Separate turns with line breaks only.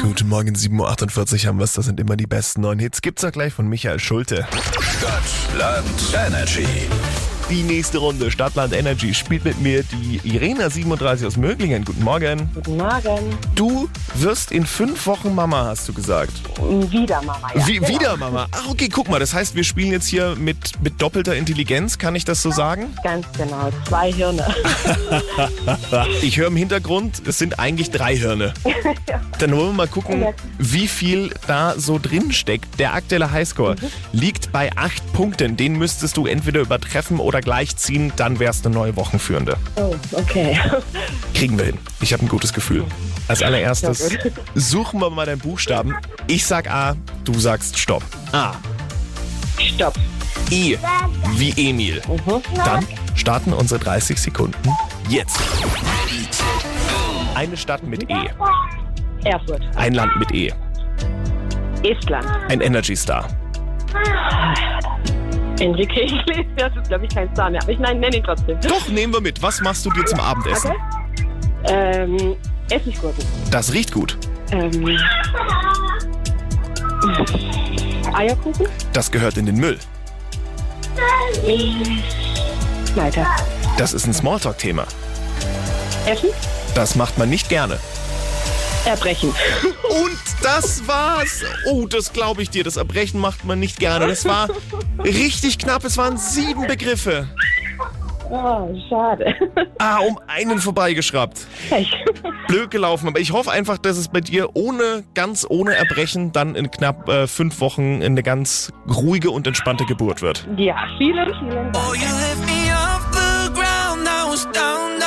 Guten Morgen, 7.48 Uhr haben wir es. Das sind immer die besten neuen Hits. Gibt's auch gleich von Michael Schulte.
Stadtland Energy.
Die nächste Runde Stadtland Energy spielt mit mir die Irena 37 aus Möglingen. Guten Morgen.
Guten Morgen.
Du wirst in fünf Wochen Mama, hast du gesagt.
Wieder Mama, ja.
Wie, wieder Mama. Ach, okay, guck mal. Das heißt, wir spielen jetzt hier mit, mit doppelter Intelligenz. Kann ich das so sagen?
Ganz genau. Zwei Hirne.
Ich höre im Hintergrund, es sind eigentlich drei Hirne. Dann wollen wir mal gucken, wie viel da so drin steckt. Der aktuelle Highscore liegt bei acht Punkten. Den müsstest du entweder übertreffen oder gleichziehen. Dann wär's eine neue Wochenführende.
Oh, okay.
Kriegen wir hin. Ich habe ein gutes Gefühl. Als allererstes
Sehr gut.
suchen wir mal deinen Buchstaben. Ich sag A, du sagst Stopp. A.
Stopp.
I. Wie Emil. Dann starten unsere 30 Sekunden jetzt. Eine Stadt mit E.
Erfurt.
Ein Land mit E.
Estland.
Ein Energy Star.
Enrique Iglesias ist, glaube ich, kein Star mehr. Aber ich nein, nenne ihn trotzdem.
Doch, nehmen wir mit. Was machst du dir zum Abendessen?
Okay. Ähm, Essiggurken.
Das riecht gut.
Ähm, Eierkuchen.
Das gehört in den Müll.
Weiter.
Das ist ein Smalltalk-Thema.
Essen.
Das macht man nicht gerne.
Erbrechen.
Und das war's. Oh, das glaube ich dir. Das Erbrechen macht man nicht gerne. Das war richtig knapp. Es waren sieben Begriffe.
Oh, schade.
Ah, um einen vorbeigeschraubt.
Pech.
Blöd gelaufen. Aber ich hoffe einfach, dass es bei dir ohne, ganz ohne Erbrechen dann in knapp äh, fünf Wochen eine ganz ruhige und entspannte Geburt wird.
Ja, vielen, vielen Dank.
Oh, you lift me off the ground, I was down,